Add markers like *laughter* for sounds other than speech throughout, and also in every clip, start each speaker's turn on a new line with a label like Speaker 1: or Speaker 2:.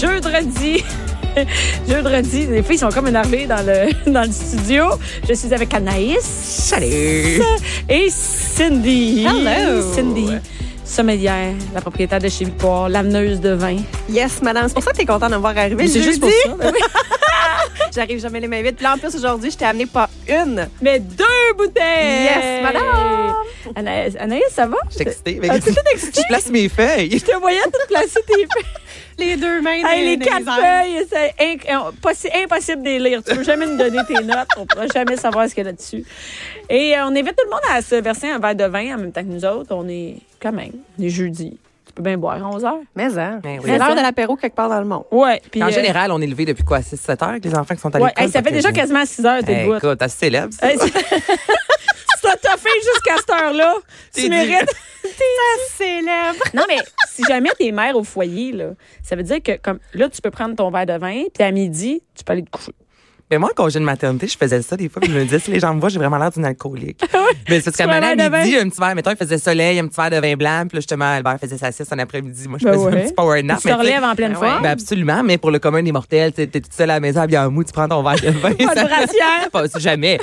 Speaker 1: jeudi. *laughs* jeudi, les filles sont comme énervées dans le, *laughs* dans le studio. Je suis avec Anaïs
Speaker 2: Salut!
Speaker 1: et Cindy.
Speaker 3: Hello.
Speaker 1: Cindy, sommelière, la propriétaire de chez Victoire, l'ameneuse de vin.
Speaker 3: Yes, madame. C'est pour ça que t'es content de me voir arriver.
Speaker 1: C'est
Speaker 3: le
Speaker 1: juste pour
Speaker 3: jeudi.
Speaker 1: ça. ben oui.
Speaker 3: J'arrive jamais les mains vides. Puis là, en plus, aujourd'hui, je t'ai amené pas une.
Speaker 1: Mais deux bouteilles!
Speaker 3: Yes, madame.
Speaker 1: Anaïs, Anaïs, ça va?
Speaker 2: Je suis excitée. mais-
Speaker 1: Ah, t'es toute excitée?
Speaker 2: Je place mes feuilles.
Speaker 1: Je te voyais toute placer tes *laughs* feuilles.
Speaker 3: Les deux mains.
Speaker 1: Hey, les
Speaker 3: des-
Speaker 1: quatre
Speaker 3: des airs.
Speaker 1: feuilles, c'est inc- possi- impossible de les lire. Tu peux jamais nous donner tes notes. On pourra jamais savoir ce qu'il y a là-dessus. Et euh, on invite tout le monde à se verser un verre de vin en même temps que nous autres. On est quand même, on est jeudi. Tu peux bien boire à 11 heures.
Speaker 3: Mais hein.
Speaker 2: Ben oui.
Speaker 3: C'est l'heure
Speaker 1: Mais-
Speaker 3: de l'apéro quelque part dans le monde.
Speaker 1: Ouais. Puis,
Speaker 2: En
Speaker 1: euh,
Speaker 2: général, on est levé depuis quoi? 6-7 heures avec les enfants qui sont à
Speaker 1: ouais,
Speaker 2: l'école?
Speaker 1: hey, ça fait
Speaker 2: que
Speaker 1: déjà
Speaker 2: je-
Speaker 1: quasiment 6 heures, t'es
Speaker 2: Hey,
Speaker 1: debout.
Speaker 2: Écoute, t'as célèbre. ça.
Speaker 1: Hey, c'est- *laughs* Si t'as toffé jusqu'à cette heure-là,
Speaker 2: T'es
Speaker 1: tu mérites. *laughs*
Speaker 3: Célèbre.
Speaker 1: Non, mais si jamais t'es mère au foyer, là, ça veut dire que comme là, tu peux prendre ton verre de vin, puis à midi, tu peux aller te coucher.
Speaker 2: Mais moi, quand j'ai une maternité, je faisais ça des fois. Puis je me disais, si les gens me voient, j'ai vraiment l'air d'une alcoolique. Mais c'est parce qu'à
Speaker 1: Tu as
Speaker 2: maintenant,
Speaker 1: l'air de
Speaker 2: à midi, un petit verre. Mettons, il faisait soleil, un petit verre de vin blanc. Puis là, justement, Albert faisait sa sieste en après-midi. Moi, je
Speaker 1: Ben
Speaker 2: faisais
Speaker 1: ouais.
Speaker 2: un petit power nap.
Speaker 1: Tu
Speaker 2: mais
Speaker 1: te relèves en pleine
Speaker 3: Ben ouais.
Speaker 1: forme.
Speaker 2: Ben absolument, mais pour le commun des mortels, tu sais, t'es toute seule à la maison, bien en mou, tu prends ton verre de vin.
Speaker 1: Pas de
Speaker 2: ça-
Speaker 1: brassière.
Speaker 2: Pas jamais.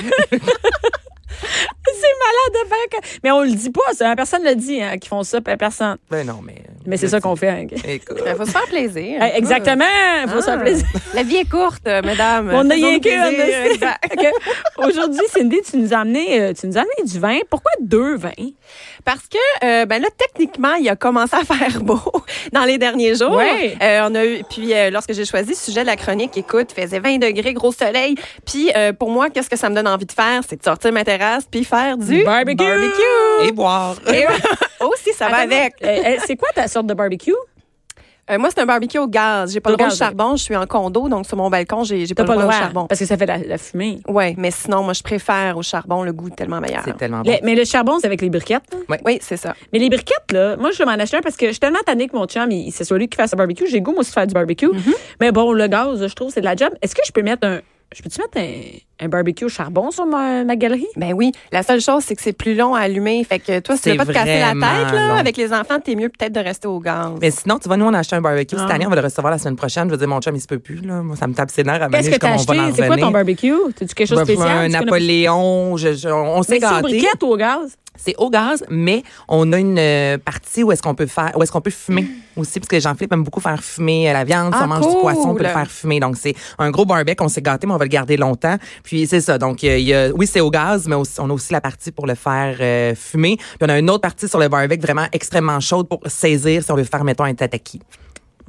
Speaker 1: C'est malade de faire que- Mais on le dit pas, ça. Personne le dit, hein, qu'ils font ça, puis personne.
Speaker 2: Ben non, mais.
Speaker 1: Mais c'est ça qu'on fait. hein.
Speaker 3: *laughs*
Speaker 2: Écoute.
Speaker 3: Ben, faut se faire plaisir.
Speaker 1: Hey, Exactement, faut se faire
Speaker 3: Ah.
Speaker 1: plaisir.
Speaker 3: La vie est courte, euh, mesdames.
Speaker 1: On a
Speaker 3: Faisons-nous
Speaker 1: rien qu'une,
Speaker 3: plaisir.
Speaker 1: *laughs* c'est-
Speaker 3: Exact.
Speaker 1: Ok. Aujourd'hui, Cindy, tu nous as amené, euh, tu nous as amené du vin. Pourquoi deux
Speaker 3: Eh
Speaker 1: vins?
Speaker 3: Parce que, euh, ben là, techniquement, il a commencé à faire *laughs* beau dans les derniers jours.
Speaker 1: Ouais.
Speaker 3: Euh, on a eu, puis, euh, lorsque j'ai choisi le sujet de la chronique, écoute, il faisait 20 degrés, gros soleil. Puis, euh, pour moi, qu'est-ce que ça me donne envie de faire? C'est de sortir ma terrasse puis faire du
Speaker 1: Barbecue.
Speaker 2: Et boire.
Speaker 3: Et aussi, Oh, ça va
Speaker 1: Attends,
Speaker 3: avec.
Speaker 1: euh, euh, c'est quoi ta sorte de barbecue?
Speaker 3: Euh, moi, c'est un barbecue au gaz. J'ai pas
Speaker 1: Au
Speaker 3: le droit au
Speaker 1: gaz,
Speaker 3: charbon. Je suis en condo, donc sur mon balcon, j'ai j'ai pas, le droit au charbon.
Speaker 1: Parce que ça fait la, la fumée.
Speaker 3: Ouais, mais sinon, moi, je préfère au charbon. Le goût est tellement meilleur.
Speaker 2: C'est tellement bon.
Speaker 1: Le- mais le charbon, c'est avec les briquettes. là.
Speaker 3: Oui, c'est ça.
Speaker 1: Mais les briquettes, là, moi, je m'en achète un parce que je suis tellement tannée que mon chum, il- c'est celui qui fait son barbecue. J'ai le goût, moi aussi, de faire du barbecue. Mais bon, le gaz, je trouve, c'est de la job. Est-ce que je peux mettre un. Je peux-tu mettre un, un barbecue au charbon sur ma, ma galerie?
Speaker 3: Ben oui. La seule chose, c'est que c'est plus long à allumer. Fait que toi, si tu
Speaker 2: C'est
Speaker 3: veux pas te casser la
Speaker 2: vraiment
Speaker 3: tête, là,
Speaker 2: long.
Speaker 3: avec les enfants, t'es mieux peut-être de rester au gaz.
Speaker 2: Mais sinon, tu vois, nous, on a acheté un barbecue cette
Speaker 1: Ah.
Speaker 2: année. On va le recevoir la semaine prochaine. Je veux dire, mon chum, il se peut plus. Là. Moi, ça me tape ses nerfs à
Speaker 1: Qu'est-ce que t'as acheté? C'est quoi ton barbecue? T'as-tu quelque chose de spécial?
Speaker 2: Un
Speaker 1: Tu connais-
Speaker 2: Napoléon. je- je- on on
Speaker 1: Mais
Speaker 2: s'est
Speaker 1: c'est aux
Speaker 2: gâtés.
Speaker 1: briquettes ou au gaz?
Speaker 2: C'est au gaz, mais on a une euh, partie où est-ce qu'on peut faire, où est-ce qu'on peut fumer
Speaker 1: Mm.
Speaker 2: aussi, parce que Jean-Philippe aime beaucoup faire fumer euh, la viande. si
Speaker 3: Ah,
Speaker 2: on mange du poisson, on peut le
Speaker 3: cool.
Speaker 2: faire fumer. Donc c'est un gros barbecue. On s'est gâté, mais on va le garder longtemps. Puis c'est ça. Donc euh, il y a- oui, c'est au gaz, mais aussi- on a aussi la partie pour le faire euh, fumer. Puis on a une autre partie sur le barbecue vraiment extrêmement chaude pour saisir si on veut faire mettons un tataki.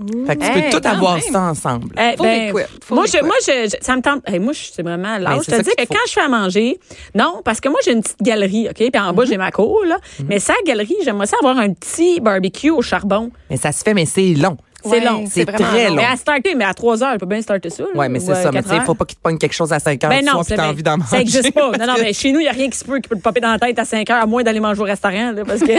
Speaker 1: Mmh.
Speaker 2: Fait que tu
Speaker 3: Hey,
Speaker 2: peux tout
Speaker 3: quand
Speaker 2: avoir
Speaker 3: même.
Speaker 2: ça ensemble.
Speaker 1: Eh,
Speaker 3: Full
Speaker 1: ben,
Speaker 3: equip, full
Speaker 1: moi, je,
Speaker 3: equip.
Speaker 1: moi je, je- ça me tente. eh, moi, je suis vraiment là.
Speaker 2: Ben,
Speaker 1: Je
Speaker 2: c'est
Speaker 1: te
Speaker 2: ça
Speaker 1: dis que
Speaker 2: qu'il faut.
Speaker 1: quand je fais à manger, non, parce que moi, j'ai une petite galerie, OK? Puis en
Speaker 2: Mm-hmm.
Speaker 1: bas, j'ai ma cour, là. Mais sa galerie, j'aimerais ça avoir un petit barbecue au charbon.
Speaker 2: Mais ça se fait, mais c'est long.
Speaker 1: C'est
Speaker 3: Ouais,
Speaker 1: long.
Speaker 2: c'est
Speaker 3: vraiment
Speaker 2: très long.
Speaker 1: Mais à starter, mais à 3 heures, elle peut bien starter ça. là,
Speaker 2: Ouais, mais
Speaker 1: ou
Speaker 2: c'est
Speaker 1: à
Speaker 2: ça. Mais
Speaker 1: quatre
Speaker 2: tu sais, il
Speaker 1: heures.
Speaker 2: faut pas qu'il te pogne quelque chose à 5 heures
Speaker 1: Ben
Speaker 2: du
Speaker 1: non,
Speaker 2: soir, puis
Speaker 1: c'est
Speaker 2: t'as
Speaker 1: vrai.
Speaker 2: envie d'en manger.
Speaker 1: Ça n'existe pas. Non, non, mais chez nous, il n'y a rien qui se peut qui peut te popper dans la tête à 5 heures, à moins d'aller manger au restaurant. là,
Speaker 2: *laughs*
Speaker 1: parce que,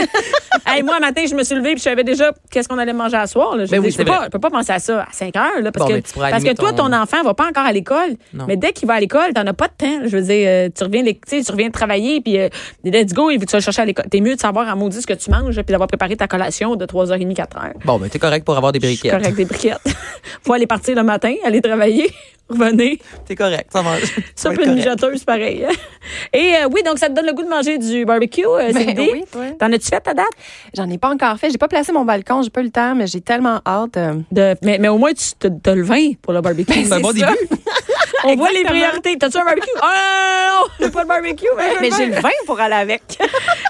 Speaker 1: hey, moi, un matin, je me suis levée et je savais déjà qu'est-ce qu'on allait manger à soir. Là. Je
Speaker 2: Ben
Speaker 1: dis,
Speaker 2: oui,
Speaker 1: je
Speaker 2: c'est
Speaker 1: peux pas,
Speaker 2: vrai.
Speaker 1: je peux pas penser à ça à 5 heures. Là, parce
Speaker 2: Bon,
Speaker 1: que,
Speaker 2: ben, tu pourrais
Speaker 1: parce que
Speaker 2: allumer
Speaker 1: toi,
Speaker 2: ton-
Speaker 1: ton enfant va pas encore à l'école.
Speaker 2: Non.
Speaker 1: Mais dès qu'il va à l'école, t'en as pas de temps. Je veux dire, euh, tu reviens, les- tu sais, tu reviens de travailler, puis euh, let's go, et tu vas le chercher à l'école. T'es mieux de savoir à maudit ce que tu manges, puis d'avoir préparé ta collation de 3h30, 4h.
Speaker 2: Bon, ben t'es correct pour avoir des
Speaker 1: Je suis
Speaker 2: briquettes.
Speaker 1: correct des briquettes. *laughs* Faut aller partir le matin, aller travailler, *laughs* revenir.
Speaker 2: T'es correct, ça mange.
Speaker 1: Ça, puis une mijoteuse, pareil. *laughs* Et euh, oui, donc ça te donne le goût de manger du barbecue, euh,
Speaker 3: Ben
Speaker 1: Cindy?
Speaker 3: oui, toi.
Speaker 1: T'en as-tu fait ta date?
Speaker 3: J'en ai pas encore fait. J'ai pas placé mon balcon. J'ai pas eu le temps, mais j'ai tellement hâte. euh,
Speaker 1: De- mais, mais au moins, tu te- t'as le vin pour le barbecue. *laughs*
Speaker 2: C'est un bon
Speaker 3: Ben, ça.
Speaker 2: début.
Speaker 1: On voit les
Speaker 3: Exactement.
Speaker 1: priorités. T'as-tu un barbecue? Ah non, j'ai pas de barbecue.
Speaker 3: *laughs* Mais j'ai le vin pour aller avec.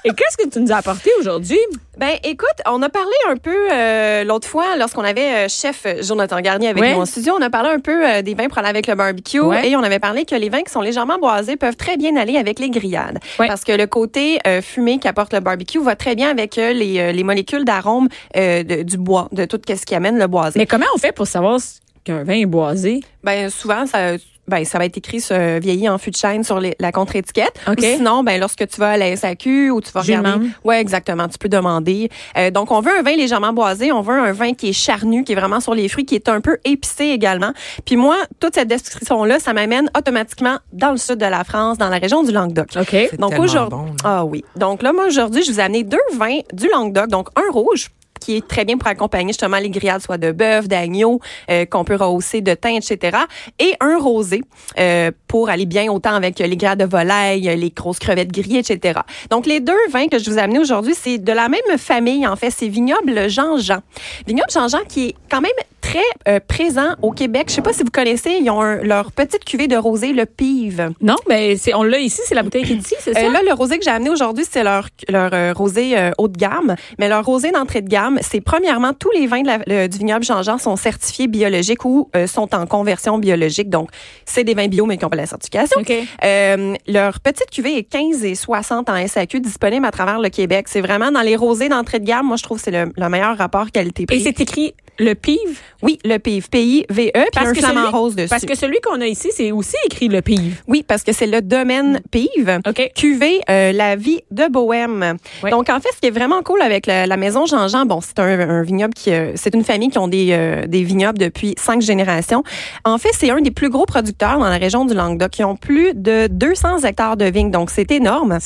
Speaker 1: Et qu'est-ce que tu nous as apporté aujourd'hui?
Speaker 3: Ben, écoute, on a parlé un peu euh, l'autre fois, lorsqu'on avait euh, chef Jonathan Garnier avec
Speaker 1: Ouais.
Speaker 3: nous en studio, on a parlé un peu euh, des vins pour aller avec le barbecue
Speaker 1: Ouais.
Speaker 3: et on avait parlé que les vins qui sont légèrement boisés peuvent très bien aller avec les grillades.
Speaker 1: Ouais.
Speaker 3: Parce que le côté euh, fumé qu'apporte le barbecue va très bien avec euh, les, euh, les molécules d'arôme euh, de- du bois, de tout ce qui amène le boisé.
Speaker 1: Mais comment on fait pour savoir s- qu'un vin est boisé?
Speaker 3: Ben souvent ça ben, ça va être écrit sur, vieilli en fût de chêne sur les- la contre-étiquette.
Speaker 1: OK.
Speaker 3: Ou Sinon, ben lorsque tu vas à la SAQ ou tu vas
Speaker 1: Je
Speaker 3: regarder,
Speaker 1: demande.
Speaker 3: ouais exactement, tu peux demander. Euh, donc on veut un vin légèrement boisé, on veut un vin qui est charnu, qui est vraiment sur les fruits, qui est un peu épicé également. Puis moi, toute cette description là, ça m'amène automatiquement dans le sud de la France, dans la région du Languedoc.
Speaker 1: OK.
Speaker 2: C'est
Speaker 3: Donc
Speaker 2: tellement
Speaker 3: aujourd'hui,
Speaker 2: bon, là.
Speaker 3: ah oui. Donc là, moi aujourd'hui, je vous ai amené deux vins du Languedoc, donc un rouge qui est très bien pour accompagner justement les grillades, soit de bœuf, d'agneau, euh, qu'on peut rehausser de thym, etc. Et un rosé euh, pour aller bien autant avec euh, les grillades de volaille, euh, les grosses crevettes grillées, etc. Donc, les deux vins que je vous ai amenés aujourd'hui, c'est de la même famille, en fait. C'est Vignoble Jean-Jean. Vignoble Jean-Jean qui est quand même très euh, présent au Québec. Je sais pas si vous connaissez, ils ont un- leur petite cuvée de rosé, le Pive.
Speaker 1: Non, mais c'est, on l'a ici, c'est la bouteille qui est ici, c'est ça?
Speaker 3: Euh, là, le rosé que j'ai amené aujourd'hui, c'est leur, leur euh, rosé euh, haut de gamme. Mais leur rosé d'entrée de gamme, c'est premièrement, tous les vins de la- le- du vignoble Jean-Jean sont certifiés biologiques ou euh, sont en conversion biologique. Donc, c'est des vins bio, mais qui n'ont pas la certification.
Speaker 1: OK.
Speaker 3: Euh, leur petite cuvée est 15 et 60 en SAQ, disponible à travers le Québec. C'est vraiment dans les rosés d'entrée de gamme, moi, je trouve que c'est le, le meilleur rapport
Speaker 1: Et
Speaker 3: qualité-prix.
Speaker 1: c'est écrit le pive.
Speaker 3: Oui, le PIV, P-I-V-E, E, puis un flamant
Speaker 1: celui,
Speaker 3: rose dessus.
Speaker 1: Parce que celui qu'on a ici, c'est aussi écrit le pive.
Speaker 3: Oui, parce que c'est le domaine PIV.
Speaker 1: OK.
Speaker 3: cuvée euh, La vie de Bohème.
Speaker 1: Ouais.
Speaker 3: Donc, en fait, ce qui est vraiment cool avec la, la maison Jean-Jean, bon, c'est un, un vignoble qui, euh, c'est une famille qui ont des, euh, des vignobles depuis cinq générations. En fait, c'est un des plus gros producteurs dans la région du Languedoc. Ils ont plus de 200 hectares de vignes, donc c'est énorme.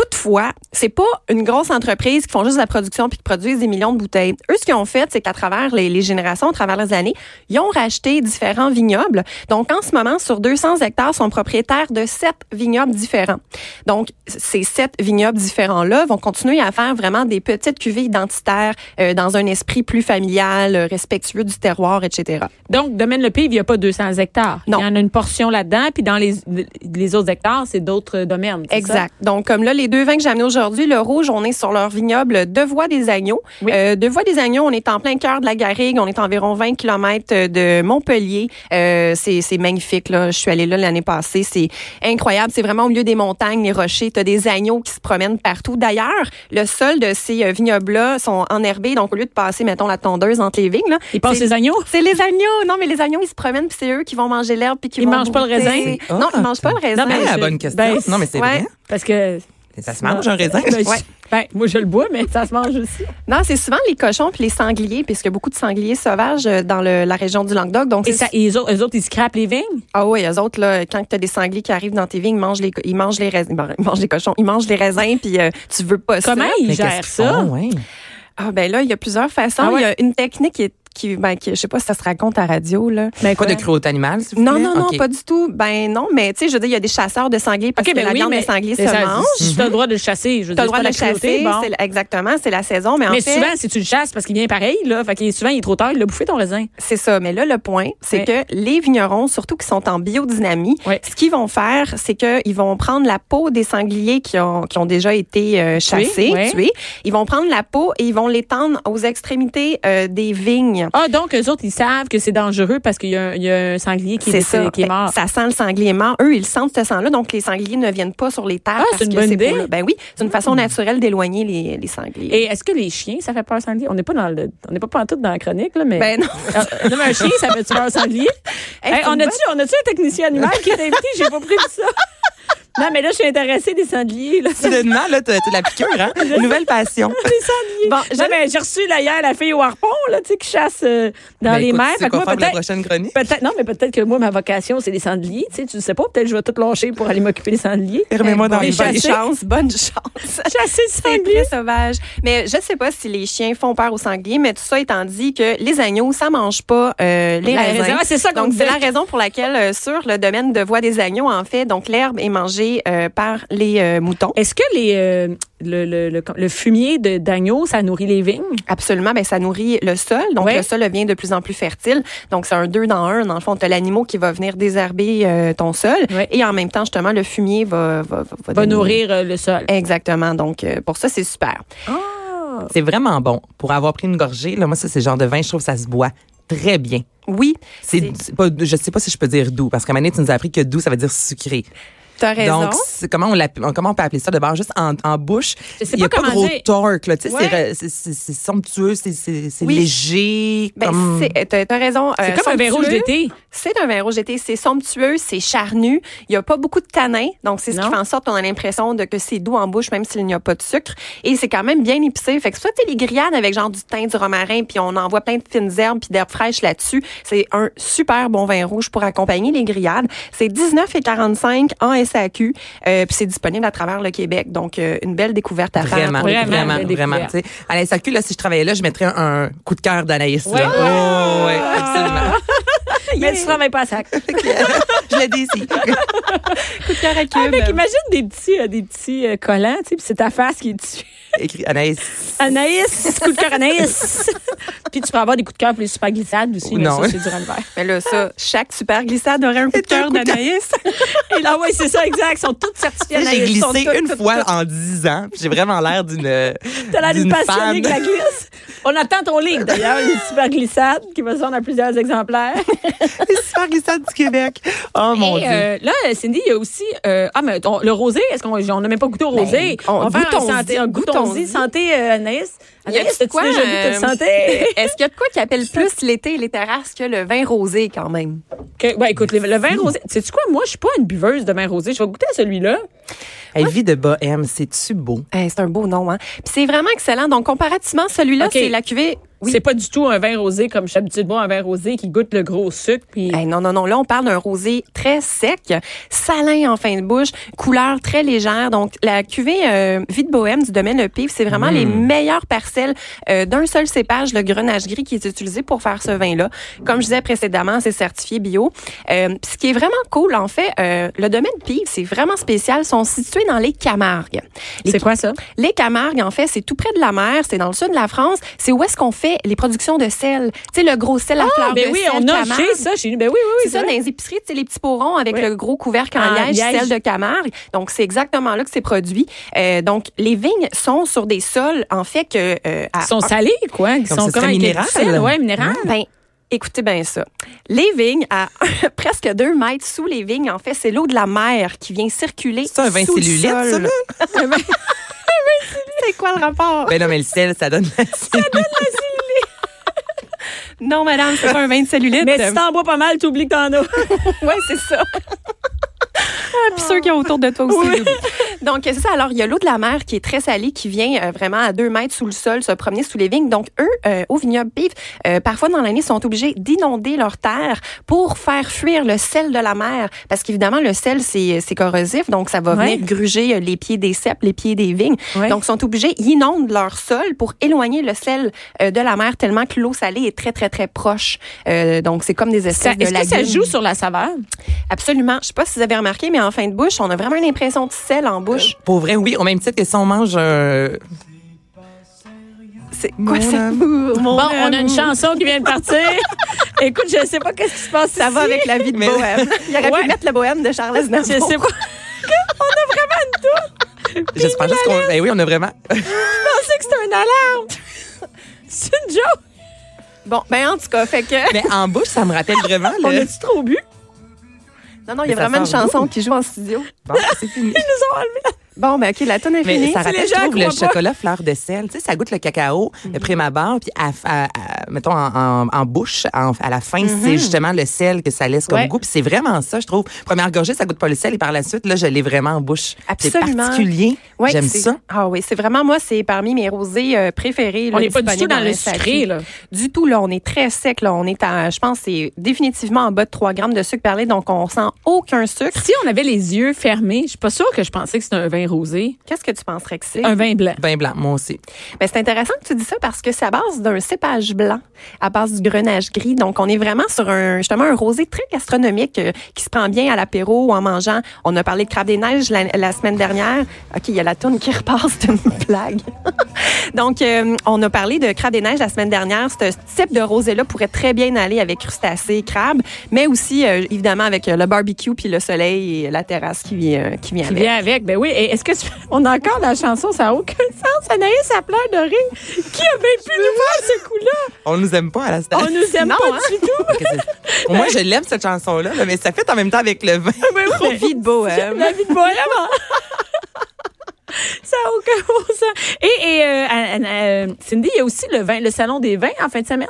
Speaker 3: Toutefois, c'est pas une grosse entreprise qui font juste de la production puis qui produisent des millions de bouteilles. Eux, ce qu'ils ont fait, c'est qu'à travers les, les générations, à travers les années, ils ont racheté différents vignobles. Donc, en ce moment, sur 200 hectares, sont propriétaires de sept vignobles différents. Donc, ces sept vignobles différents-là vont continuer à faire vraiment des petites cuvées identitaires euh, dans un esprit plus familial, euh, respectueux du terroir, etc.
Speaker 1: Donc, domaine le pive, il n'y a pas 200 hectares.
Speaker 3: Non.
Speaker 1: Il y en a une portion là-dedans, puis dans les, les autres hectares, c'est d'autres euh, domaines. c'est ça?
Speaker 3: Exact. Donc, comme là, les deux vins que j'ai amenés aujourd'hui, le rouge, on est sur leur vignoble Deux Voies des Agneaux.
Speaker 1: Oui.
Speaker 3: Euh, Deux Voies des Agneaux, on est en plein cœur de la Garrigue. On est environ 20 km de Montpellier. Euh, c'est c'est magnifique. Là. Je suis allée là l'année passée. C'est incroyable. C'est vraiment au milieu des montagnes, les rochers. Tu as des agneaux qui se promènent partout. D'ailleurs, le sol de ces euh, vignobles-là sont enherbés. Donc, au lieu de passer, mettons, la tondeuse entre les vignes, là,
Speaker 1: Ils passent
Speaker 3: c'est-
Speaker 1: les agneaux?
Speaker 3: c'est les agneaux. Non, mais les agneaux, ils se promènent, puis c'est eux qui vont manger l'herbe, puis qui
Speaker 1: Ils
Speaker 3: vont
Speaker 1: mangent pas le
Speaker 3: brouter.
Speaker 1: raisin?
Speaker 2: C'est
Speaker 3: Non,
Speaker 2: hot.
Speaker 3: ils mangent pas le raisin.
Speaker 1: Non, mais-
Speaker 2: Ah,
Speaker 1: je-
Speaker 2: bonne question.
Speaker 1: ben,
Speaker 2: non, mais c'est
Speaker 3: ouais.
Speaker 2: vrai.
Speaker 1: Parce
Speaker 3: *laughs*
Speaker 1: que.
Speaker 2: Ça se mange un raisin.
Speaker 1: Ben, je-
Speaker 3: Ouais.
Speaker 1: ben, moi, je le bois, mais ça se mange aussi.
Speaker 3: Non, c'est souvent les cochons puis les sangliers, puisque beaucoup de sangliers sauvages euh, dans le- la région du Languedoc. Donc,
Speaker 1: Et
Speaker 3: c'est-
Speaker 1: ça, et les autres, eux autres, ils scrapent les vignes?
Speaker 3: ah oui, eux autres, là, quand tu as des sangliers qui arrivent dans tes vignes, ils mangent les, co- ils mangent les raisins. bon, ils mangent les cochons, ils mangent les raisins, puis euh, tu veux pas ça.
Speaker 1: Comment ils
Speaker 2: Mais qu'est-ce
Speaker 1: gèrent
Speaker 2: qu'ils
Speaker 1: ça?
Speaker 2: font, ouais?
Speaker 3: Ah ben là, il y a plusieurs façons.
Speaker 1: Ah ouais?
Speaker 3: Il y a une technique qui, est- qui, ben, qui- je sais pas si ça se raconte à radio, là.
Speaker 1: Ben,
Speaker 2: Quoi de cruauté animale, s'il vous
Speaker 3: Non,
Speaker 2: plaît?
Speaker 3: non, non,
Speaker 2: Ok.
Speaker 3: pas du tout. Ben non, mais tu sais, je veux dire, il y a des chasseurs de sangliers parce
Speaker 1: OK,
Speaker 3: que
Speaker 1: ben
Speaker 3: la
Speaker 1: oui,
Speaker 3: viande
Speaker 1: mais
Speaker 3: des sangliers se
Speaker 1: mais ça-
Speaker 3: mange.
Speaker 1: si T'as le droit de le chasser. Je veux
Speaker 3: T'as le
Speaker 1: dire,
Speaker 3: droit
Speaker 1: c'est
Speaker 3: de
Speaker 1: pas
Speaker 3: le
Speaker 1: la cruauté,
Speaker 3: chasser,
Speaker 1: bon.
Speaker 3: c'est- exactement, c'est la saison, mais, en
Speaker 1: Mais
Speaker 3: fait,
Speaker 1: souvent, si tu le chasses, parce qu'il vient pareil, là. Fait que souvent, il est trop tard, il l'a bouffé ton raisin.
Speaker 3: C'est ça. Mais là, le point, c'est
Speaker 1: Oui.
Speaker 3: que les vignerons, surtout qui sont en biodynamie,
Speaker 1: Oui.
Speaker 3: ce qu'ils vont faire, c'est qu'ils vont prendre la peau des sangliers qui ont, qui ont déjà été euh, chassés,
Speaker 1: oui.
Speaker 3: tués. Ils vont prendre la peau et ils vont l'étendre aux extrémités euh, des vignes.
Speaker 1: Ah, donc, eux autres, ils savent que c'est dangereux parce qu'il y, a un- il y a un sanglier qui est,
Speaker 3: C'est ça. Ben,
Speaker 1: décédé- qui est mort.
Speaker 3: Ça sent le sanglier mort. Eux, ils sentent ce sang-là, donc les sangliers ne viennent pas sur les terres
Speaker 1: Ah,
Speaker 3: parce
Speaker 1: c'est une
Speaker 3: que
Speaker 1: bonne
Speaker 3: ces
Speaker 1: idée. Ah.
Speaker 3: peaux-là- Ben oui, c'est une façon naturelle d'éloigner les, les sangliers.
Speaker 1: Et est-ce que les chiens, ça fait peur au sanglier? On n'est pas dans le, on n'est pas pantoute dans la chronique, là, *laughs* mais.
Speaker 3: Ben non.
Speaker 1: Ah, non, mais un chien, ça fait peur au sanglier?
Speaker 3: Hey,
Speaker 1: Hey,
Speaker 3: c'est
Speaker 1: on
Speaker 3: une
Speaker 1: a-tu, on a-tu un technicien animal qui est invité? J'ai pas pris ça.
Speaker 3: *laughs*
Speaker 1: Non, mais là, je suis intéressée des sangliers, là.
Speaker 2: *laughs* Soudainement, là, t'as t'as de la piqûre,
Speaker 1: *laughs*
Speaker 2: hein? Nouvelle passion.
Speaker 1: les sangliers.
Speaker 3: Bon,
Speaker 1: Non, mais j'ai reçu là, hier la fille au harpon, là, tu sais, qui chasse euh, dans
Speaker 2: Ben,
Speaker 1: les
Speaker 2: écoute,
Speaker 1: mers.
Speaker 2: tu sais
Speaker 1: Fait que
Speaker 2: quoi
Speaker 1: moi,
Speaker 2: faire pour la
Speaker 1: peut-être.
Speaker 2: prochaine chronique?
Speaker 1: Peut-être, non, mais peut-être que moi, ma vocation, c'est les sangliers. Tu sais, tu le sais pas. Peut-être que je vais tout lâcher pour aller m'occuper des sangliers.
Speaker 2: Remets-moi dans
Speaker 1: bon,
Speaker 2: les
Speaker 1: les
Speaker 2: bains.
Speaker 3: *laughs* bonne
Speaker 1: chassés.
Speaker 3: chance, bonne chance.
Speaker 1: Chasser le
Speaker 3: C'est
Speaker 1: sanglier.
Speaker 3: très sauvage. Mais je sais pas si les chiens font peur aux sangliers, mais tout ça étant dit que les agneaux, ça mange pas euh, les
Speaker 1: La
Speaker 3: raisins.
Speaker 1: raison. Ah, c'est ça qu'on
Speaker 3: donc, c'est
Speaker 1: disait.
Speaker 3: la raison pour laquelle, euh, sur le domaine de voie des agneaux, en fait, donc l'herbe est mangée euh, par les euh, moutons.
Speaker 1: Est-ce que les, euh, le, le, le, le fumier de- d'agneau, ça nourrit les vignes?
Speaker 3: Absolument, ben, ça nourrit le sol. Donc,
Speaker 1: Ouais.
Speaker 3: le sol devient de plus en plus fertile. Donc, c'est un deux dans un. Dans le fond, tu l'animal qui va venir désherber euh, ton sol.
Speaker 1: Ouais.
Speaker 3: Et en même temps, justement, le fumier va, va, va, va
Speaker 1: Va
Speaker 3: donner-
Speaker 1: nourrir euh, le sol.
Speaker 3: Exactement. Donc, euh, pour ça, c'est super.
Speaker 2: Oh. C'est vraiment bon. Pour avoir pris une gorgée, là, moi, ça, c'est le genre de vin, je trouve que ça se boit très bien.
Speaker 3: Oui,
Speaker 2: C'est c'est pas, je sais pas si je peux dire doux, parce qu'à un moment donné, tu nous as appris que doux, ça veut dire sucré.
Speaker 3: tu as raison.
Speaker 2: Donc, c'est- comment on, l'appelle- comment on peut appeler ça de bord? Juste en, en bouche,
Speaker 1: Je sais
Speaker 2: il n'y a
Speaker 1: pas
Speaker 2: pas,
Speaker 1: comment
Speaker 2: gros
Speaker 1: dire.
Speaker 2: torque. là. Tu sais,
Speaker 1: Ouais.
Speaker 2: c'est re- c'est- c'est c'est somptueux, c'est- c'est c'est
Speaker 3: Oui.
Speaker 2: léger.
Speaker 3: Ben,
Speaker 2: comme-
Speaker 3: c'est- t'as, t'as raison.
Speaker 1: C'est
Speaker 3: euh,
Speaker 1: comme un vin rouge
Speaker 3: somptueux.
Speaker 1: d'été.
Speaker 3: C'est un vin rouge d'été. C'est somptueux, c'est charnu. Il n'y a pas beaucoup de tanin. Donc, c'est ce
Speaker 1: Non.
Speaker 3: qui fait en sorte qu'on a l'impression de, que c'est doux en bouche, même s'il n'y a pas de sucre. Et c'est quand même bien épicé. Fait que soit t'es les grillades avec genre du thym, du romarin, puis on envoie plein de fines herbes puis d'herbes fraîches là-dessus. C'est un super bon vin rouge pour accompagner les grillades. C'est 19,45 en SAQ. Euh, puis c'est disponible à travers le Québec. Donc, euh, une belle découverte à faire.
Speaker 2: Vraiment,
Speaker 3: pour les
Speaker 1: Vraiment,
Speaker 2: vraiment,
Speaker 1: belle
Speaker 2: vraiment.
Speaker 1: découverte.
Speaker 2: tu sais. À la SAQ, là, si je travaillais là, je mettrais un, un coup de cœur d'Anaïs. là.
Speaker 1: Ouais. *laughs*
Speaker 2: Oh, ouais,
Speaker 1: Ah!
Speaker 2: absolument.
Speaker 1: Mais tu travailles pas à sac.
Speaker 2: *laughs* je l'ai dit ici. *laughs*
Speaker 3: coups de cœur à
Speaker 1: Ah,
Speaker 3: Cube.
Speaker 1: mec, imagine des petits, euh, des petits euh, collants, tu sais, puis c'est ta face qui est dessus.
Speaker 2: Écrit Anaïs.
Speaker 1: *laughs* Anaïs, coup de cœur Anaïs. *laughs* puis tu peux avoir des coups de cœur pour les super glissades aussi, mais
Speaker 2: Non.
Speaker 1: ça, c'est dur à le faire.
Speaker 3: Mais là, ça, chaque super glissade aurait un coup de cœur d'Anaïs.
Speaker 1: *laughs* Et là, oui, c'est ça, exact. Ils sont toutes certifiées
Speaker 2: Tu sais, J'ai
Speaker 1: Anaïs. Ils sont
Speaker 2: glissé
Speaker 1: toutes,
Speaker 2: une
Speaker 1: toutes,
Speaker 2: fois
Speaker 1: toutes.
Speaker 2: en 10 ans. puis J'ai vraiment l'air
Speaker 1: *laughs*
Speaker 2: d'une
Speaker 1: T'as l'air d'une
Speaker 2: d'une
Speaker 1: passionnée de la
Speaker 2: *laughs* fan.
Speaker 1: glisse. On attend ton livre, d'ailleurs, les super glissades, qui va se vendre à plusieurs exemplaires.
Speaker 2: Les super glissades du Québec. Oh mon
Speaker 1: Et,
Speaker 2: Dieu.
Speaker 1: euh, là, Cindy, il y a aussi. euh, ah, mais on- le rosé, est-ce qu'on on n'a même pas goûté au rosé?
Speaker 3: Ben, on-
Speaker 1: on va faire un
Speaker 3: goûtons-y,
Speaker 1: santé, un goûtons-y.
Speaker 3: goûtons-y.
Speaker 1: Santé, euh, Anaïs. Anaïs,
Speaker 3: de
Speaker 1: as-tu déjà goûté de
Speaker 3: euh,
Speaker 1: santé?
Speaker 3: *laughs* Est-ce qu'il y a de quoi qui appelle plus l'été et les terrasses que le vin rosé, quand même?
Speaker 1: Que- ouais, écoute, le, le vin rosé. Sais-tu quoi? Moi, je suis pas une buveuse de vin rosé. Je vais goûter à celui-là.
Speaker 2: Hey, vie de bohème, c'est-tu beau?
Speaker 3: Eh, c'est un beau nom, hein? Puis c'est vraiment excellent. Donc, comparativement, celui-là,
Speaker 1: OK.
Speaker 3: c'est la cuvée... Oui.
Speaker 1: C'est pas du tout un vin rosé comme je suis habituée de boire un vin rosé qui goûte le gros sucre. Puis
Speaker 3: Eh, non, non, non. Là, on parle d'un rosé très sec, salin en fin de bouche, couleur très légère. Donc, la cuvée euh, Vie de Bohème du domaine Le Pif, c'est vraiment les
Speaker 1: Mm.
Speaker 3: meilleures parcelles euh, d'un seul cépage, le grenage gris, qui est utilisé pour faire ce vin-là. Comme je disais précédemment, c'est certifié bio. Euh, puis ce qui est vraiment cool, en fait, euh, le domaine Pif, c'est vraiment spécial. Ils sont situés dans les Camargues. Les
Speaker 1: c'est quoi ça?
Speaker 3: les Camargues, en fait, c'est tout près de la mer, c'est dans le sud de la France. C'est où est-ce qu'on fait les productions de sel. Tu sais, le gros sel à fleur
Speaker 1: ben
Speaker 3: de
Speaker 1: oui,
Speaker 3: sel
Speaker 1: on a
Speaker 3: Camargue.
Speaker 1: chez ça chez nous. Ben oui, oui, oui.
Speaker 3: C'est ça, dans
Speaker 1: vrai.
Speaker 3: les épiceries, tu sais, les petits pots ronds avec
Speaker 1: Oui.
Speaker 3: le gros couvercle en,
Speaker 1: En
Speaker 3: liège,
Speaker 1: liège.
Speaker 3: celle de Camargue. Donc, c'est exactement là que c'est produit. Euh, donc, les vignes sont sur des sols, en fait, que... euh, à-
Speaker 1: Ils sont salés, quoi. Ils
Speaker 2: Donc,
Speaker 1: sont
Speaker 2: ce
Speaker 1: comme
Speaker 2: serait
Speaker 1: avec
Speaker 2: minéral.
Speaker 1: du sel, Ouais, minéral.
Speaker 3: Ben, écoutez bien ça. Les vignes, à *laughs* presque deux mètres sous les vignes, en fait, c'est l'eau de la mer qui vient circuler
Speaker 2: C'est un vin
Speaker 3: sous le
Speaker 2: cellulite,
Speaker 3: sol.
Speaker 2: ça, là?
Speaker 3: C'est quoi le rapport?
Speaker 2: Ben non, mais le sel, ça donne la
Speaker 3: Non, madame, c'est pas un vin de cellulite.
Speaker 1: Mais si t'en bois pas mal, t'oublies que t'en as.
Speaker 3: *laughs* Ouais, c'est ça. Ah, Puis ceux qui ont autour de toi aussi. Louis. *laughs* Donc, c'est ça. Alors, il y a l'eau de la mer qui est très salée, qui vient euh, vraiment à deux mètres sous le sol se promener sous les vignes. Donc, eux, euh, au vignoble pif, euh, parfois dans l'année, sont obligés d'inonder leur terre pour faire fuir le sel de la mer. Parce qu'évidemment, le sel, c'est c'est corrosif. Donc, ça va
Speaker 1: Ouais.
Speaker 3: venir gruger euh, les pieds des cèpes, les pieds des vignes.
Speaker 1: Ouais.
Speaker 3: Donc, sont obligés, ils inondent leur sol pour éloigner le sel euh, de la mer tellement que l'eau salée est très, très, très proche. Euh, donc, c'est comme des espèces
Speaker 1: Ça-
Speaker 3: de
Speaker 1: Est-ce que ça
Speaker 3: lagunes.
Speaker 1: joue sur la saveur?
Speaker 3: Absolument. Je sais pas si vous avez remarqué, mais en fin de bouche, on a vraiment l'impression de sel en bouche.
Speaker 2: Pour vrai, oui, au même titre que si on mange un.
Speaker 3: C'est
Speaker 2: Mon
Speaker 3: quoi ça? *laughs*
Speaker 1: Bon, on a une chanson qui vient de *laughs* partir. Écoute, je sais pas qu'est-ce qui se passe.
Speaker 3: Ça va
Speaker 1: ici.
Speaker 3: avec la vie de
Speaker 2: Mais-
Speaker 3: bohème. Il aurait
Speaker 1: Ouais.
Speaker 3: pu mettre le bohème de Charles Aznavour.
Speaker 1: Je sais pas.
Speaker 2: *laughs* J'espère juste qu'on. Ben oui, on a vraiment.
Speaker 1: Je pensais que c'était une alarme. *laughs* C'est une joke.
Speaker 3: Bon, ben en tout cas, fait que...
Speaker 2: Mais en bouche, ça me rappelle
Speaker 3: *laughs*
Speaker 2: vraiment
Speaker 1: On
Speaker 2: le.
Speaker 1: a-tu trop bu? *laughs*
Speaker 3: Non, non, il y a
Speaker 2: Mais ça
Speaker 3: vraiment une
Speaker 2: sent
Speaker 3: chanson qui joue en studio.
Speaker 2: Bon, c'est fini.
Speaker 1: Ils nous ont enlevé la
Speaker 3: Bon, ben OK, la tonne est
Speaker 2: Mais
Speaker 3: finie.
Speaker 2: ça rappelle,
Speaker 1: les gens
Speaker 2: je trouve, le
Speaker 1: croient pas.
Speaker 2: chocolat fleur de sel. Tu sais, ça goûte le cacao,
Speaker 3: Mhm.
Speaker 2: le prime abord, puis à, à- à- mettons en, en- en bouche, en- à la fin, c'est
Speaker 3: Mhm.
Speaker 2: justement le sel que ça laisse comme
Speaker 1: Ouais.
Speaker 2: goût. Puis c'est vraiment ça, je trouve. Première gorgée, ça goûte pas le sel, et par la suite, là, je l'ai vraiment en bouche. C'est
Speaker 3: Absolument.
Speaker 2: particulier.
Speaker 3: Ouais,
Speaker 2: J'aime
Speaker 3: c'est-
Speaker 2: ça.
Speaker 3: Ah oui, c'est vraiment moi, c'est parmi mes rosés euh, préférés.
Speaker 1: On
Speaker 3: là,
Speaker 1: n'est pas du tout
Speaker 3: disponibles
Speaker 1: dans le
Speaker 3: la SAQ.
Speaker 1: sucré, là.
Speaker 3: Du tout, là, on est très sec, là. On est à, je pense, c'est définitivement en bas de 3 grammes de sucre par litre, donc on sent aucun sucre.
Speaker 1: Si on avait les yeux fermés, je suis pas sûre que je pensais que c'était un vin rosé,
Speaker 3: Qu'est-ce que tu penserais que c'est?
Speaker 1: un vin blanc.
Speaker 2: Vin blanc, moi aussi.
Speaker 3: Mais Ben, c'est intéressant que tu dis ça parce que c'est à base d'un cépage blanc, à base du grenage gris. Donc, on est vraiment sur un, justement, un rosé très gastronomique euh, qui se prend bien à l'apéro ou en mangeant. On a parlé de crabe des neiges la, la semaine dernière. OK, il y a la tourne qui *laughs* repasse, c'est une blague. *laughs* Donc, euh, on a parlé de crabe des neiges la semaine dernière. Ce type de rosé-là pourrait très bien aller avec crustacés, crabes, mais aussi, euh, évidemment, avec euh, le barbecue puis le soleil et la terrasse qui vient, euh, qui vient
Speaker 1: Qui
Speaker 3: avec.
Speaker 1: vient avec. Ben oui. Et est-ce que tu- on a encore la chanson, ça n'a aucun sens. Anaïs a pleure de rire. Qui avait pu nous voir ce coup-là?
Speaker 2: On nous aime pas à la
Speaker 1: On
Speaker 2: station.
Speaker 1: nous aime
Speaker 3: Non,
Speaker 1: pas
Speaker 3: hein?
Speaker 1: du tout.
Speaker 2: Que c'est- Pour moi, je l'aime, cette chanson-là, là, mais ça fait en même temps avec le vin.
Speaker 1: Ben oui, mais-
Speaker 3: Vie
Speaker 1: *laughs*
Speaker 3: de bohème.
Speaker 1: La vie de bohème. hein? *laughs* Ça n'a aucun bon sens. Et, et, euh, Anna- euh, Cindy, il y a aussi le, vin, le salon des vins en fin de semaine.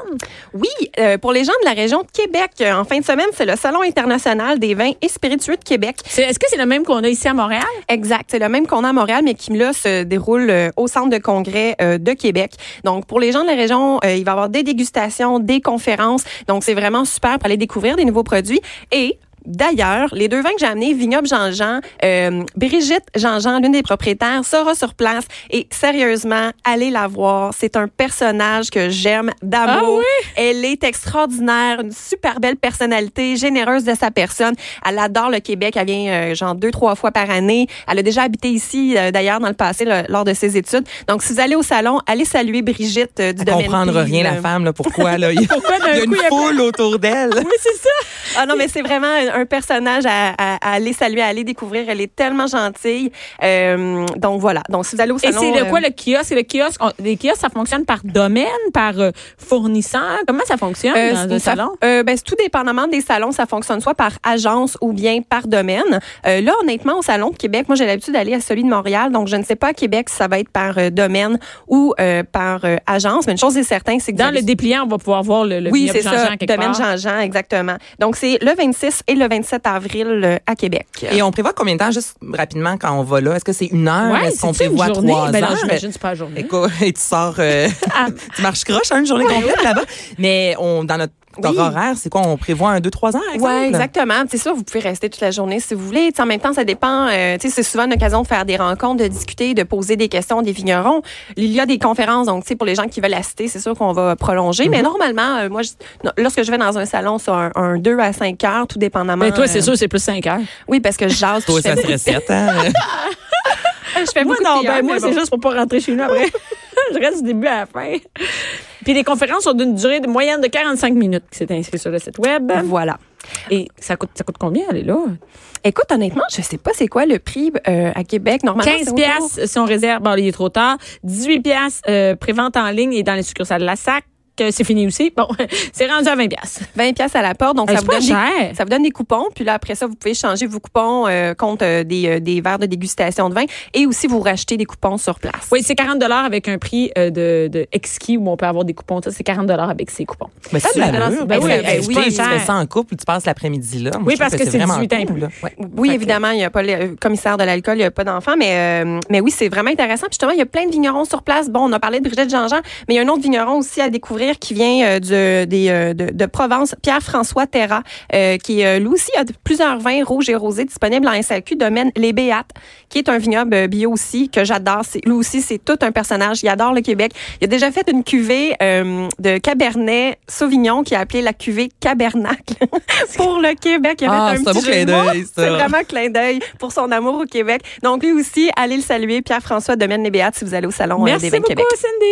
Speaker 3: Oui, euh, pour les gens de la région de Québec, euh, en fin de semaine, c'est le Salon international des vins et spiritueux de Québec.
Speaker 1: C'est- Est-ce que c'est le même qu'on a ici à Montréal?
Speaker 3: Exact, c'est le même qu'on a à Montréal, mais qui là se déroule euh, au centre de congrès euh, de Québec. Donc, pour les gens de la région, euh, il va y avoir des dégustations, des conférences. Donc, c'est vraiment super pour aller découvrir des nouveaux produits et D'ailleurs, les deux vins que j'ai amenés, Vignoble Jean-Jean, euh, Brigitte Jean-Jean, l'une des propriétaires, sera sur place et sérieusement, allez la voir. C'est un personnage que j'aime d'amour. Elle est extraordinaire, une super belle personnalité, généreuse de sa personne. Elle adore le Québec. Elle vient euh, genre deux, trois fois par année. Elle a déjà habité ici, euh, d'ailleurs, dans le passé, là, lors de ses études. Donc, si vous allez au salon, allez saluer Brigitte euh, du
Speaker 2: Elle
Speaker 3: domaine.
Speaker 2: comprendra
Speaker 3: Pise,
Speaker 2: rien, la
Speaker 3: euh.
Speaker 2: femme, là,
Speaker 1: *laughs*
Speaker 2: pourquoi, là. Il y a,
Speaker 1: Pourquoi
Speaker 2: il y
Speaker 1: d'un
Speaker 2: a une
Speaker 1: coup, il y a
Speaker 2: foule autour d'elle.
Speaker 1: Oui, c'est ça.
Speaker 3: Ah non, mais c'est vraiment un un personnage à, à- à aller saluer, à aller découvrir. Elle est tellement gentille. Euh, donc voilà. Donc si vous allez au
Speaker 1: Et
Speaker 3: salon,
Speaker 1: c'est de
Speaker 3: euh,
Speaker 1: quoi le kiosque? C'est le kiosque. on- les kiosques, ça fonctionne par domaine, par euh, fournisseur. Comment ça fonctionne
Speaker 3: euh,
Speaker 1: dans un
Speaker 3: ça-
Speaker 1: salon?
Speaker 3: euh, ben, c'est tout dépendamment des salons, ça fonctionne soit par agence ou bien par domaine. Euh, là, honnêtement, au salon de Québec, moi j'ai l'habitude d'aller à celui de Montréal, donc je ne sais pas à Québec si ça va être par euh, domaine ou euh, par euh, agence. Mais une chose est certaine, c'est que vous
Speaker 1: Dans
Speaker 3: allez
Speaker 1: le dépliant, on va pouvoir voir le, le
Speaker 3: oui,
Speaker 1: vignoble
Speaker 3: c'est ça,
Speaker 1: Jean-Jean quelque
Speaker 3: domaine
Speaker 1: part.
Speaker 3: Jean-Jean, exactement. Donc c'est le 26 et le 27 avril euh, à Québec.
Speaker 2: Et on prévoit combien de temps, juste rapidement, quand on va là? Est-ce que c'est une heure?
Speaker 1: Ouais,
Speaker 2: Est-ce qu'on
Speaker 1: c'est-tu une
Speaker 2: prévoit
Speaker 1: journée?
Speaker 2: trois
Speaker 1: Ben non,
Speaker 2: heures?
Speaker 1: j'imagine, Ah. c'est pas la journée.
Speaker 2: Écoute, *laughs* et tu sors, euh, *laughs* tu marches croche hein, une journée complète là-bas. Mais on, dans notre
Speaker 3: Oui.
Speaker 2: horaire, c'est quoi? On prévoit un, deux, trois heures, exemple?
Speaker 3: Oui, exactement. C'est sûr, vous pouvez rester toute la journée si vous voulez. Tu sais, en même temps, ça dépend. euh, tu sais, c'est souvent une occasion de faire des rencontres, de discuter, de poser des questions des vignerons. Il y a des conférences, donc tu sais, pour les gens qui veulent assister, c'est sûr qu'on va prolonger.
Speaker 1: Mhm.
Speaker 3: Mais normalement, euh, moi, je- non, lorsque je vais dans un salon, c'est un, un 2 à 5 heures, tout dépendamment.
Speaker 1: Mais Ben, toi, c'est
Speaker 3: euh,
Speaker 1: sûr, c'est plus 5 heures.
Speaker 3: Oui, parce que je jase. puis
Speaker 2: Toi,
Speaker 3: je fais
Speaker 2: ça
Speaker 3: beaucoup-
Speaker 2: serait
Speaker 1: *laughs*
Speaker 2: sept, hein? *laughs*
Speaker 3: je fais
Speaker 1: Moi,
Speaker 3: beaucoup de
Speaker 1: non,
Speaker 3: PR,
Speaker 1: ben, moi,
Speaker 3: mais
Speaker 1: c'est
Speaker 3: bon.
Speaker 1: juste pour pas rentrer chez nous
Speaker 3: *laughs*
Speaker 1: après. je reste du début à la fin. Puis les conférences sont d'une durée de moyenne de 45 minutes qui s'est inscrit sur le site web.
Speaker 3: Voilà.
Speaker 1: Et ça coûte, ça coûte combien, aller là?
Speaker 3: Écoute, honnêtement, je sais pas c'est quoi le prix euh, à Québec. Normalement,
Speaker 1: 15
Speaker 3: c'est autour-
Speaker 1: piastres si on réserve. Bon, là, il est trop tard. 18 piastres euh, prévente en ligne et dans les succursales de la SAC. Euh, C'est fini aussi. Bon, *laughs* c'est rendu à 20 piastres.
Speaker 3: 20 pièces à la porte. Donc,
Speaker 1: Hey,
Speaker 3: ça
Speaker 1: c'est
Speaker 3: vous,
Speaker 1: pas
Speaker 3: donne
Speaker 1: cher.
Speaker 3: des, ça vous donne des coupons. Puis là, après ça, vous pouvez changer vos coupons euh, contre euh, des, euh, des verres de dégustation de vin et aussi vous racheter des coupons sur place.
Speaker 1: Oui, c'est 40 avec un prix euh, de, de exquis où on peut avoir des coupons. Ça, c'est 40 avec ces coupons.
Speaker 2: Mais c'est de
Speaker 3: Ah,
Speaker 2: l'allure.
Speaker 3: non,
Speaker 1: ben oui,
Speaker 2: Hey,
Speaker 1: ben
Speaker 2: tu
Speaker 1: oui,
Speaker 2: sais, tu
Speaker 1: cher.
Speaker 2: fais ça en couple, tu passes l'après-midi là. Moi,
Speaker 1: Oui,
Speaker 2: je trouve
Speaker 1: parce que c'est
Speaker 2: vraiment
Speaker 1: 18 ans et
Speaker 2: cool,
Speaker 1: plus.
Speaker 2: là. Ouais.
Speaker 3: Oui,
Speaker 1: Fait que-
Speaker 3: évidemment, il n'y a pas le comme il sert de l'alcool, il n'y a pas d'enfant, mais, euh, mais oui, c'est vraiment intéressant. Puis justement, il y a plein de vignerons sur place. Bon, on a parlé de Brigitte Jean-Jean, mais il y a un autre vigneron aussi à découvrir qui vient euh, du- des, euh, de, de Provence, Pierre-François Terra, euh, qui euh, lui aussi a de- plusieurs vins rouges et rosés disponibles en SAQ, domaine Les Béates, qui est un vignoble euh, bio aussi que j'adore. C'est- Lui aussi, c'est tout un personnage. Il adore le Québec. Il a déjà fait une cuvée euh, de Cabernet Sauvignon qui a appelé la cuvée Cabernacle *laughs* pour le Québec. Il a
Speaker 2: Ah,
Speaker 3: fait un
Speaker 2: c'est un
Speaker 3: petit
Speaker 2: beau
Speaker 3: jeu
Speaker 2: clin
Speaker 3: de mots.
Speaker 2: d'œil, ça.
Speaker 3: C'est vraiment un clin d'œil pour son amour au Québec. Donc lui aussi, allez le saluer, Pierre-François Domaine-Lébéat, si vous allez au Salon euh,
Speaker 1: Merci
Speaker 3: des Vins de
Speaker 1: beaucoup,
Speaker 3: Québec.
Speaker 1: Cindy.